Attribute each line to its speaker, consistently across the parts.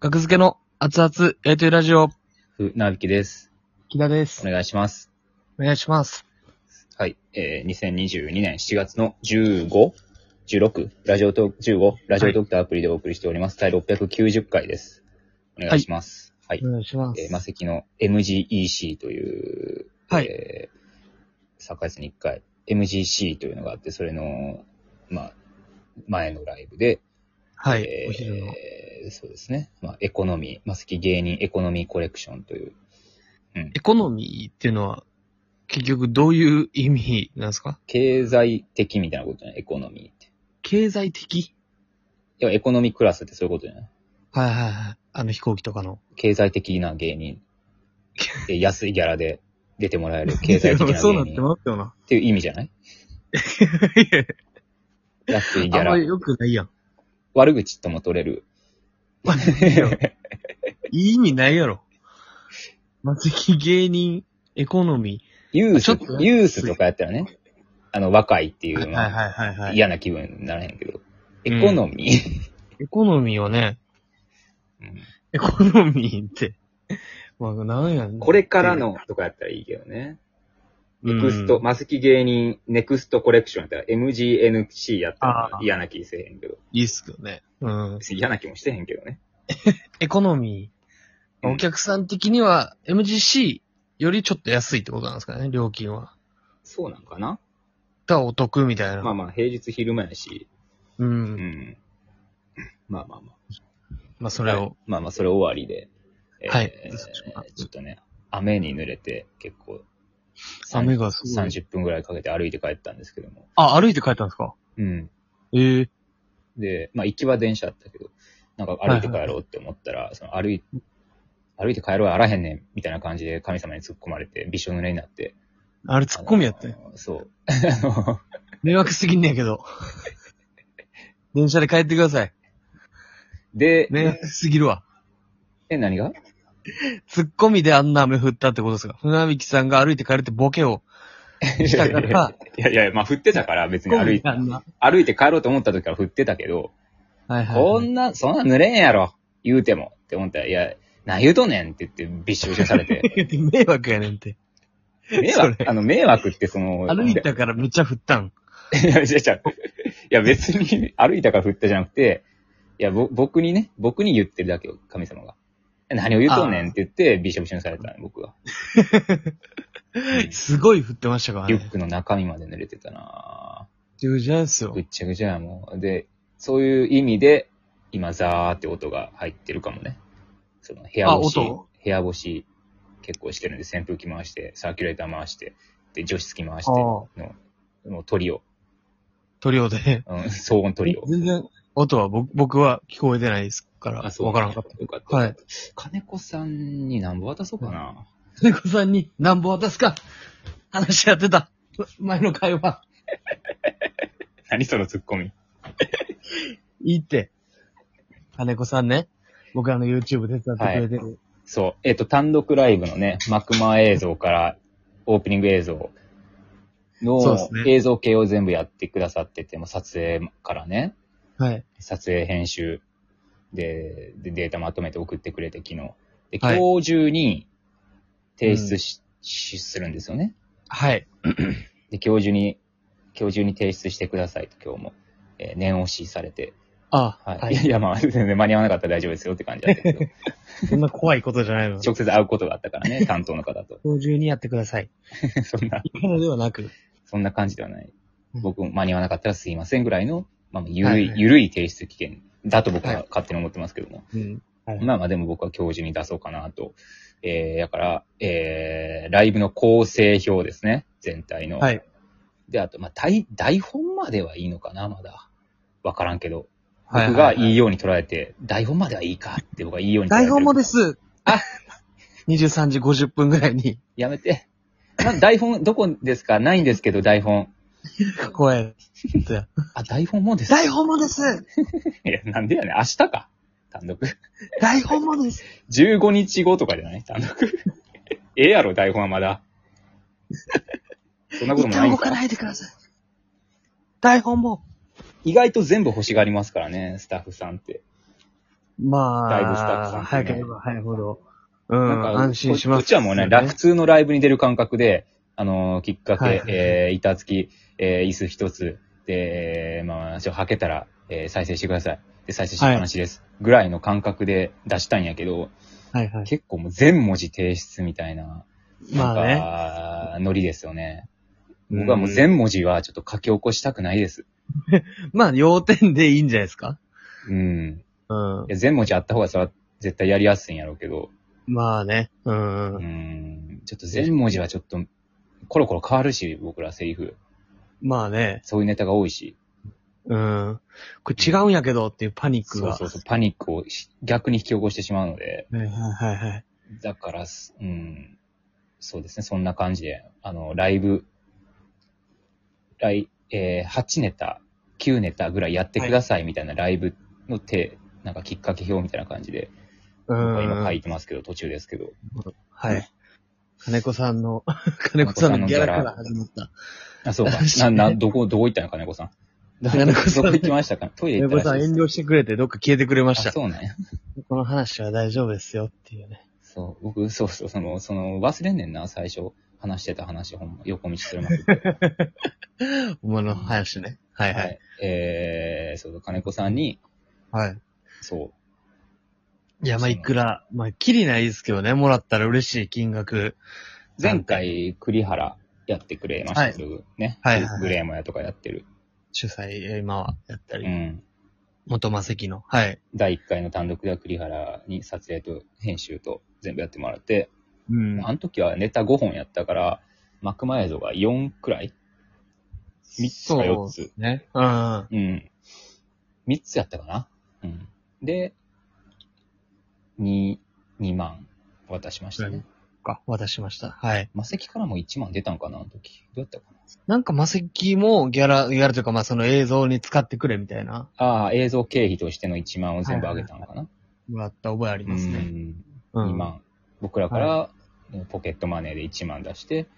Speaker 1: 学付けの熱々やりとりラジオ、
Speaker 2: ふ、なびきです。
Speaker 1: 木田で
Speaker 2: お
Speaker 1: す。
Speaker 2: 願いします。
Speaker 1: お願いします。
Speaker 2: はい。えー、2022年7月の 15?16? ラジオトーク、15? ラジオトークとアプリでお送りしております。第690回です。お願いします。はい。
Speaker 1: お願いします。
Speaker 2: えー、マセキの MGEC という、
Speaker 1: はい
Speaker 2: えー、3ヶ月に1回、MGC というのがあって、それの、まあ、前のライブで、
Speaker 1: はい、
Speaker 2: えー
Speaker 1: お昼の。
Speaker 2: そうですね。まあ、エコノミー、マセキ芸人エコノミーコレクションという、うん
Speaker 1: エ、コノミーっていうのは、結局どういう意味なんですか
Speaker 2: 経済的みたいなことじゃないエコノミーって。
Speaker 1: 経済的
Speaker 2: 要はエコノミークラスってそういうことじゃない
Speaker 1: はいはいはい。あの飛行機とかの。
Speaker 2: 経済的な芸人。 で安いギャラで出てもらえる経済的な
Speaker 1: そうな
Speaker 2: 芸
Speaker 1: って
Speaker 2: 人っ
Speaker 1: ますよな。
Speaker 2: ていう意味じゃない安いギ
Speaker 1: あ
Speaker 2: ャ
Speaker 1: んまり
Speaker 2: ラ。
Speaker 1: 良くないやん。
Speaker 2: 悪口とも取れる。
Speaker 1: いい意味ないやろ。マセキ芸人、エコノミ
Speaker 2: ユー
Speaker 1: ちょ
Speaker 2: ス
Speaker 1: っと、ね
Speaker 2: ユースとかやったらね、あの、若いって
Speaker 1: ー。
Speaker 2: い
Speaker 1: は
Speaker 2: う
Speaker 1: い
Speaker 2: のは
Speaker 1: はいはいはい。
Speaker 2: 嫌な気分にならへんけど。
Speaker 1: うん
Speaker 2: エコノミー、
Speaker 1: エコノミーはね、
Speaker 2: うん
Speaker 1: エコノミーって、まあ、なんやねん
Speaker 2: これから、のとかやったらいいけどね。
Speaker 1: うん
Speaker 2: ネクスト、マスキ芸人、ネクストコレクションやったら MGNC やったら
Speaker 1: あー
Speaker 2: 嫌な気せえへんけど。
Speaker 1: いいっすけどね。うん。
Speaker 2: 別に嫌な気もしてへんけどね。
Speaker 1: エコノミー、
Speaker 2: うん
Speaker 1: お客さん的には MGC よりちょっと安いってことなんですかね、料金は。
Speaker 2: そうなんかな
Speaker 1: がお得みたいな。
Speaker 2: まあまあ、平日昼間やし。
Speaker 1: う。
Speaker 2: うんん。まあまあまあ。
Speaker 1: まあそれを。
Speaker 2: はいまあまあ、それ終わりで。えー
Speaker 1: はい
Speaker 2: ちょっとね、雨に濡れて、結構。
Speaker 1: 雨がすごい
Speaker 2: 30分ぐらいかけて歩いて帰ったんですけども。
Speaker 1: あ、歩いて帰ったんですか
Speaker 2: うん。
Speaker 1: ええ
Speaker 2: で、まあ、行きは電車だったけど、なんか歩いて帰ろうって思ったら、その歩い、歩いて帰ろうやあらへんねん、みたいな感じで神様に突っ込まれて、びしょ濡れになって。
Speaker 1: あれツッコミやった
Speaker 2: あ
Speaker 1: よ。
Speaker 2: のーそう。 あの
Speaker 1: 迷惑すぎんねんけど。 電車で帰ってください。
Speaker 2: で、
Speaker 1: 迷惑すぎるわ。
Speaker 2: え、何が
Speaker 1: ツッコミであんな雨降ったってことですか船引さんが歩いて帰るってボケをしたから、
Speaker 2: いやいや、まあ、振ってたから、別
Speaker 1: ツ
Speaker 2: に
Speaker 1: ッコ
Speaker 2: 歩
Speaker 1: ミ
Speaker 2: い
Speaker 1: であんな。
Speaker 2: 歩いて帰ろうと思った時から振ってたけど、
Speaker 1: はいはい、
Speaker 2: こ
Speaker 1: はい。
Speaker 2: んな、そんな濡れんやろ、言うても、って思ったら、いや、何言うとんねんって言って、びっしょびしょされて、
Speaker 1: 迷惑やねんって。
Speaker 2: 迷
Speaker 1: それ
Speaker 2: 惑、あの、迷惑ってその、
Speaker 1: 歩いたからめっちゃ降ったん。
Speaker 2: いや、違う違う。いや、別に歩いたから振ったじゃなくて、いや、ぼ、僕にね、僕に言ってるだけよ、神様が。何を言うとんねんって言って、びしょびしょにされたの、僕が。うん
Speaker 1: すごい降ってましたから
Speaker 2: リ
Speaker 1: ね
Speaker 2: ュ。ックの中身まで濡れてたな
Speaker 1: っていうじゃないです
Speaker 2: ぁ
Speaker 1: よ
Speaker 2: ぐ。っちゃぐちゃや、もう。で、そういう意味で、今、ザーって音が入ってるかもね。その、部屋干し
Speaker 1: あ音、
Speaker 2: 部屋干し、結構してるんで、扇風機回して、サーキュレーター回して、で、除湿機回して、の、のトリオ、
Speaker 1: トリオで。
Speaker 2: うん、騒音トリオ。
Speaker 1: 全然、音は僕僕は聞こえてないですから。
Speaker 2: あ、そう。
Speaker 1: わからんかっ
Speaker 2: よかった。
Speaker 1: た。はい。
Speaker 2: 金子さんに何ぼ渡そう かな。
Speaker 1: 金子さんに何本渡すか話し合ってた。前の会話。
Speaker 2: 何そのツッコミ。
Speaker 1: いいって。金子さんね。僕あの YouTube で手伝ってくれてる。
Speaker 2: そう。えっ、と、単独ライブのね、マクマ映像からオープニング映像
Speaker 1: そう
Speaker 2: の
Speaker 1: ですね
Speaker 2: 映像系を全部やってくださってて、もう撮影からね、
Speaker 1: はい。
Speaker 2: 撮影編集で、でデータまとめて送ってくれて、昨日。で、
Speaker 1: はい
Speaker 2: 今日中に提出し、しするんですよね。
Speaker 1: はい。
Speaker 2: で、今日中に、今日中に提出してくださいと、今日も。えー念押しされて。
Speaker 1: あ、
Speaker 2: はい。、
Speaker 1: はいい。
Speaker 2: や、まあ、全然間に合わなかったら大丈夫ですよって感じだったけど。
Speaker 1: そんな怖いことじゃないの。
Speaker 2: 直接会うことがあったからね、担当の方と。
Speaker 1: 今日中にやってください。
Speaker 2: そんな、
Speaker 1: 今のではなく。
Speaker 2: そんな感じではない。
Speaker 1: うん
Speaker 2: 僕も間に合わなかったらすいませんぐらいの、まあ、ゆ
Speaker 1: は
Speaker 2: る
Speaker 1: い
Speaker 2: い
Speaker 1: は、い
Speaker 2: ゆるい提出期限だと僕
Speaker 1: は
Speaker 2: はい勝手に思ってますけども。
Speaker 1: うん。はい
Speaker 2: まあまあでも僕は教授に出そうかなと。えー、だから、えー、ライブの構成表ですね。全体の。
Speaker 1: はい。
Speaker 2: で、あと、まあ、台台本まではいいのかな、まだ。わからんけど。
Speaker 1: はい
Speaker 2: 僕がいいように捉えて、台本まではいいかって僕はいいように捉えて
Speaker 1: 台
Speaker 2: る
Speaker 1: 本もです。あ23時50分ぐらいに、
Speaker 2: やめて。まあ、台本、 どこですかないんですけど、台本。
Speaker 1: 怖い。
Speaker 2: あ、台本もですか
Speaker 1: 台本もです
Speaker 2: いや、 なんでやねん。明日か。単独。
Speaker 1: 台本もです
Speaker 2: 15日後とかじゃない単独。 ええやろ、台本はまだ。そんなこともないんか
Speaker 1: ないでください。台本も。
Speaker 2: 意外と全部欲しがりますからね、スタッフさんって。
Speaker 1: まあ、
Speaker 2: だいぶスタッフさん
Speaker 1: 早
Speaker 2: って
Speaker 1: け
Speaker 2: ね
Speaker 1: れば早いほど。う
Speaker 2: なん
Speaker 1: ん、
Speaker 2: か
Speaker 1: 安心します、
Speaker 2: こっちはもうね、ラ普通のライブに出る感覚で、あのーきっかけ、
Speaker 1: はいはい
Speaker 2: えー板付き、えー椅子一つ、で、えーまあ、ちょ、はけたら、えー再生してください。で、再生しっぱなしです。ぐらいの感覚で出したんやけど、
Speaker 1: はいはい。
Speaker 2: 結構もう全文字提出みたいな、
Speaker 1: まあね。
Speaker 2: あノリですよね。
Speaker 1: うん
Speaker 2: 僕はもう全文字はちょっと書き起こしたくないです。
Speaker 1: まあ、要点でいいんじゃないですか
Speaker 2: うん。
Speaker 1: うん
Speaker 2: い。や全文字あった方がさ、絶対やりやすいんやろうけど、
Speaker 1: まあね。うん。
Speaker 2: う
Speaker 1: うん、
Speaker 2: ん。ちょっと全文字はちょっと、コロコロ変わるし、僕らセリフ。
Speaker 1: まあね。
Speaker 2: そういうネタが多いし。
Speaker 1: うん。これ違うんやけどっていうパニック
Speaker 2: そう
Speaker 1: が。
Speaker 2: そうそう。パニックをし逆に引き起こしてしまうので。
Speaker 1: はいはいはいはい。
Speaker 2: だからす、うん。そうですね。そんな感じで。あの、ライブ、ライ、えー8ネタ、9ネタぐらいやってくださいみたいなライブの手、なんかきっかけ表みたいな感じで、
Speaker 1: う
Speaker 2: 僕は
Speaker 1: ん。
Speaker 2: 今書いてますけど、途中ですけど。
Speaker 1: はい。金子さんの、 金子さんのギャラから始まった。。
Speaker 2: あ、そうかな、な、どこ、どこ行ったのかね、子さん。ど
Speaker 1: 金 子さ
Speaker 2: ど
Speaker 1: ん
Speaker 2: こ行きましたかトイレ
Speaker 1: 金
Speaker 2: 行った
Speaker 1: 子
Speaker 2: らしい
Speaker 1: さん
Speaker 2: です
Speaker 1: 遠慮してくれてどっか消えてくれまし
Speaker 2: あ
Speaker 1: た。
Speaker 2: そうなんや。
Speaker 1: この話は大丈夫ですよっていうね。
Speaker 2: そう、僕、そうそう、その、その、忘れんねんな、最初。話してた話、ほんま、横道する まで。
Speaker 1: お前の話ね。はいは。
Speaker 2: はいい。えー、そう、金子さんに、
Speaker 1: はい。
Speaker 2: そ
Speaker 1: いや、まあ、いくら、まあ、きりないですけどね、もらったら嬉しい金額。
Speaker 2: う、前回、栗原やってくれましたけど、ね。
Speaker 1: はいはいはい
Speaker 2: グレーモヤとかやってる。
Speaker 1: 主催、今はやった
Speaker 2: う
Speaker 1: り、
Speaker 2: ん。
Speaker 1: 元正樹の。はい。
Speaker 2: 第1回の単独では栗原に撮影と編集と全部やってもらって、
Speaker 1: うん。
Speaker 2: あの時はネタ5本やったから、マクマ映像が4くらい ?3 つか4つ。
Speaker 1: ね。うん。
Speaker 2: うん。三つやったかな。うん。で、二、二万渡しました
Speaker 1: う
Speaker 2: ね
Speaker 1: ん。か、渡しました。はい。
Speaker 2: マセキからも一万出たんかな、あの時。どうやったかな。
Speaker 1: なんか、マセキもギャラ、ギャラというか、まあ、その映像に使ってくれみたいな、
Speaker 2: ああ、映像経費としての一万を全部上げたのかな。
Speaker 1: もらった覚えあり
Speaker 2: う
Speaker 1: ますね。
Speaker 2: ん。
Speaker 1: うん。
Speaker 2: 二万。僕らからポケットマネーで一万出して、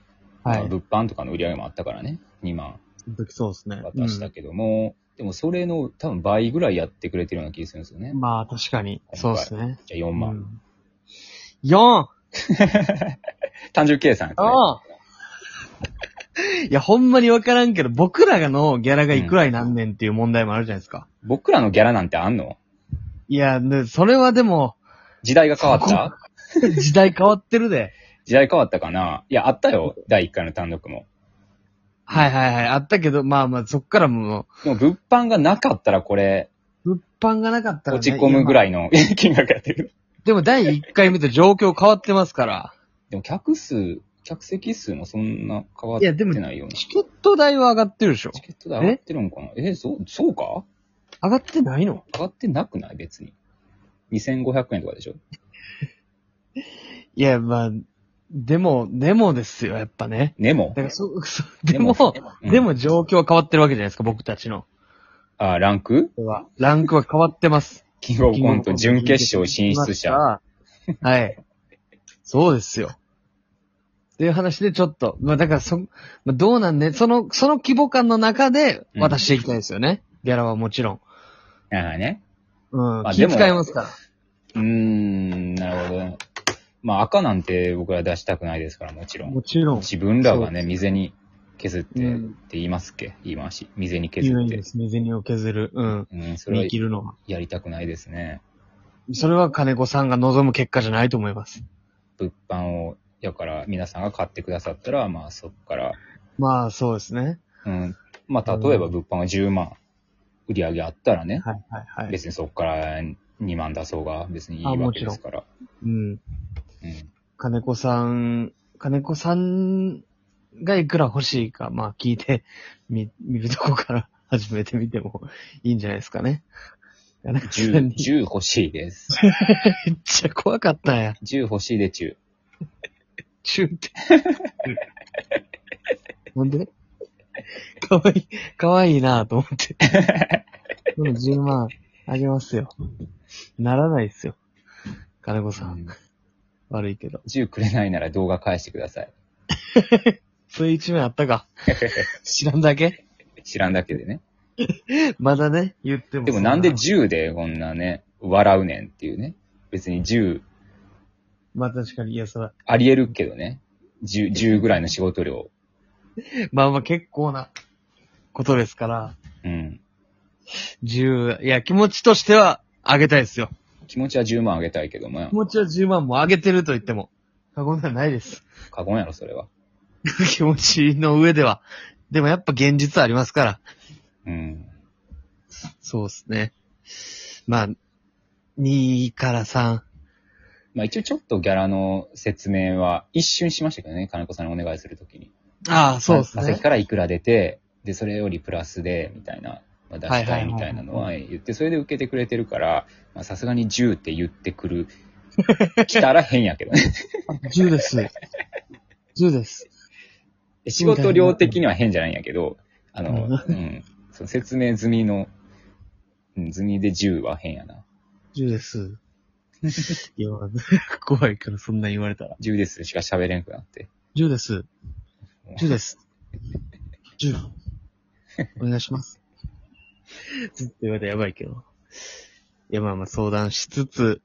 Speaker 1: は
Speaker 2: まあ
Speaker 1: い。
Speaker 2: 物販とかの売り上げもあったからね。二万
Speaker 1: その時そうですね。
Speaker 2: 渡したけども、でもそれの多分倍ぐらいやってくれてるような気がするんですよね。
Speaker 1: うんまあ、確かに。そうですね。
Speaker 2: じゃあ4
Speaker 1: う
Speaker 2: 万。
Speaker 1: ん。4!
Speaker 2: 単純計算ですね。
Speaker 1: あ いや、ほんまにわからんけど、僕らのギャラがいくらになんねんっていう問題もあるじゃないですか。
Speaker 2: 僕らのギャラなんてあんの
Speaker 1: いや、ね、それはでも、
Speaker 2: 時代が変わった
Speaker 1: 時代変わってるで。
Speaker 2: 時代変わったかないや、あったよ。第1回の単独も。
Speaker 1: はいはいはい。あったけど、まあまあ、そっからも
Speaker 2: でも、物販がなかったらこれ、
Speaker 1: う、物販がなかったら、
Speaker 2: 落ち込むぐら
Speaker 1: いや。
Speaker 2: いの 金額やってる。
Speaker 1: まあでも、第1回目と状況変わってますから。
Speaker 2: でも、客数、客席数もそんな変わっ
Speaker 1: い
Speaker 2: て
Speaker 1: やでも
Speaker 2: ないような。
Speaker 1: チケット代は上がってるでしょ
Speaker 2: チケットで上がってるんかなえそう、そうか
Speaker 1: 上がってないの
Speaker 2: 上がってなくない別に。2500円とかでしょ
Speaker 1: いや、まあ、でも、でもですよ、やっぱね。
Speaker 2: ネモ
Speaker 1: だから、そ、そ、でも、
Speaker 2: うん
Speaker 1: でも状況は変わってるわけじゃないですか、僕たちの。
Speaker 2: あ、ランク
Speaker 1: ランクは変わってます。
Speaker 2: キングオブコント準決勝進出者。
Speaker 1: はい。そうですよ。っていう話でちょっと、まあだからそ、まあ、どうなんね、その、その規模感の中で
Speaker 2: うん
Speaker 1: 渡していきたいですよね。ギャラはもちろん。
Speaker 2: はいはいね。
Speaker 1: うん。
Speaker 2: あ
Speaker 1: 気
Speaker 2: でも
Speaker 1: 遣いますから。
Speaker 2: うーん、なるほど。まあ、赤なんて僕ら出したくないですから、もちろん。
Speaker 1: もちろん。
Speaker 2: 自分らが
Speaker 1: そう
Speaker 2: ね、未然に削って、
Speaker 1: う
Speaker 2: っ
Speaker 1: ん
Speaker 2: て言いますっけ言い回し。未然に削
Speaker 1: 言うん
Speaker 2: っ
Speaker 1: で
Speaker 2: て。
Speaker 1: す。身銭を削る。うん。
Speaker 2: うん、それは
Speaker 1: 見切るのは。
Speaker 2: やりたくないですね。
Speaker 1: それは金子さんが望む結果じゃないと思います。
Speaker 2: 物販を、だから皆さんが買ってくださったら、まあそこから、
Speaker 1: まあ、そうですね。
Speaker 2: うん。まあ例えば物販が10万売り上げあったらね、
Speaker 1: はいはいはい。
Speaker 2: 別にそこから2万出そうが別にいい
Speaker 1: あも
Speaker 2: わ
Speaker 1: ち
Speaker 2: け
Speaker 1: ろ
Speaker 2: で
Speaker 1: ん
Speaker 2: すから。
Speaker 1: うん。
Speaker 2: うん。
Speaker 1: 金子さん、金子さんがいくら欲しいか、まあ聞いて み、見るとこから始めてみてもいいんじゃないですかね。金子さん
Speaker 2: 10、
Speaker 1: に
Speaker 2: 10欲しいです。
Speaker 1: めっちゃ怖かったんや。
Speaker 2: 10欲しいで中。
Speaker 1: チューって。ほんでかわいい、かわいいなぁと思って。でも10万あげますよ。ならないっすよ。金子さん、
Speaker 2: うん
Speaker 1: 悪いけど。
Speaker 2: 10くれないなら動画返してください。
Speaker 1: そういう一面あったか。知らんだけ
Speaker 2: 知らんだけでね。
Speaker 1: まだね、言っても。
Speaker 2: でもなんで10でこんなね、笑うねんっていうね。別に10、
Speaker 1: まあ確かに、いや、そら。
Speaker 2: ありえるけどね。10、10ぐらいの仕事量。
Speaker 1: まあまあ結構なことですから、
Speaker 2: うん。
Speaker 1: 10、いや、気持ちとしては上げたいですよ。
Speaker 2: 気持ちは10万あげたいけども
Speaker 1: 気、持ちは10万も上げてると言っても、過言ではないです。
Speaker 2: 過言やろ、それは。
Speaker 1: 気持ちの上では。でもやっぱ現実ありますから。
Speaker 2: うん。
Speaker 1: そうですね。まあ、2から3。
Speaker 2: まあ一応ちょっとギャラの説明は一瞬しましたけどね、金子さんにお願いするときに。
Speaker 1: ああ、そうです
Speaker 2: 座席
Speaker 1: ね。
Speaker 2: からいくら出て、で、それよりプラスで、みたいな、まあ、出したいみたいなのは言って、それで受けてくれてるから、まあさすがに10って言ってくる。来たら変やけどね。
Speaker 1: 10です。10です。
Speaker 2: 仕事量的には変じゃないんやけど、あの、
Speaker 1: う
Speaker 2: うんん。その説明済みの、うん済みで10は変やな。
Speaker 1: 10です。 いや、 怖いからそんな言われたら。
Speaker 2: 10ですしか喋れんくなって。
Speaker 1: 10です。10です。10。お願いします。ずっと言われたらやばいけど。いや、まあまあ相談しつつ、。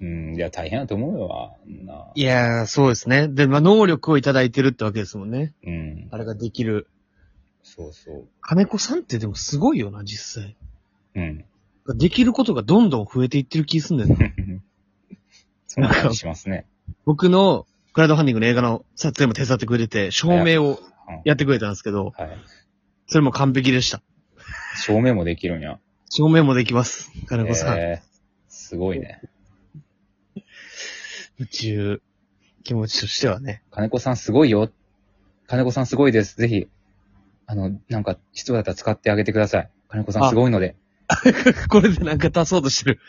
Speaker 2: うん、いや、大変やと思うよ、あんない
Speaker 1: やー、そうですね。で、まあ、能力をいただいてるってわけですもんね。
Speaker 2: うん
Speaker 1: あ。れができる。
Speaker 2: そうそう。
Speaker 1: 金子さんってでもすごいよな、実際。
Speaker 2: うん。
Speaker 1: できることがどんどん増えていってる気すんだよな。
Speaker 2: そんな感じしますね。
Speaker 1: 僕のクラウドファンディングの映画の撮影も手伝ってくれて、照明をやってくれたんですけど、
Speaker 2: はい。
Speaker 1: それも完璧でした。
Speaker 2: 証明もできるんや。
Speaker 1: 照明もできます。金子さん。
Speaker 2: えーすごいね。
Speaker 1: 宇宙、気持ちとしてはね。
Speaker 2: 金子さんすごいよ。金子さんすごいです。ぜひ、あの、なんか、必要だったら使ってあげてください。金子さんすごいので。
Speaker 1: これでなんか足そうとしてる。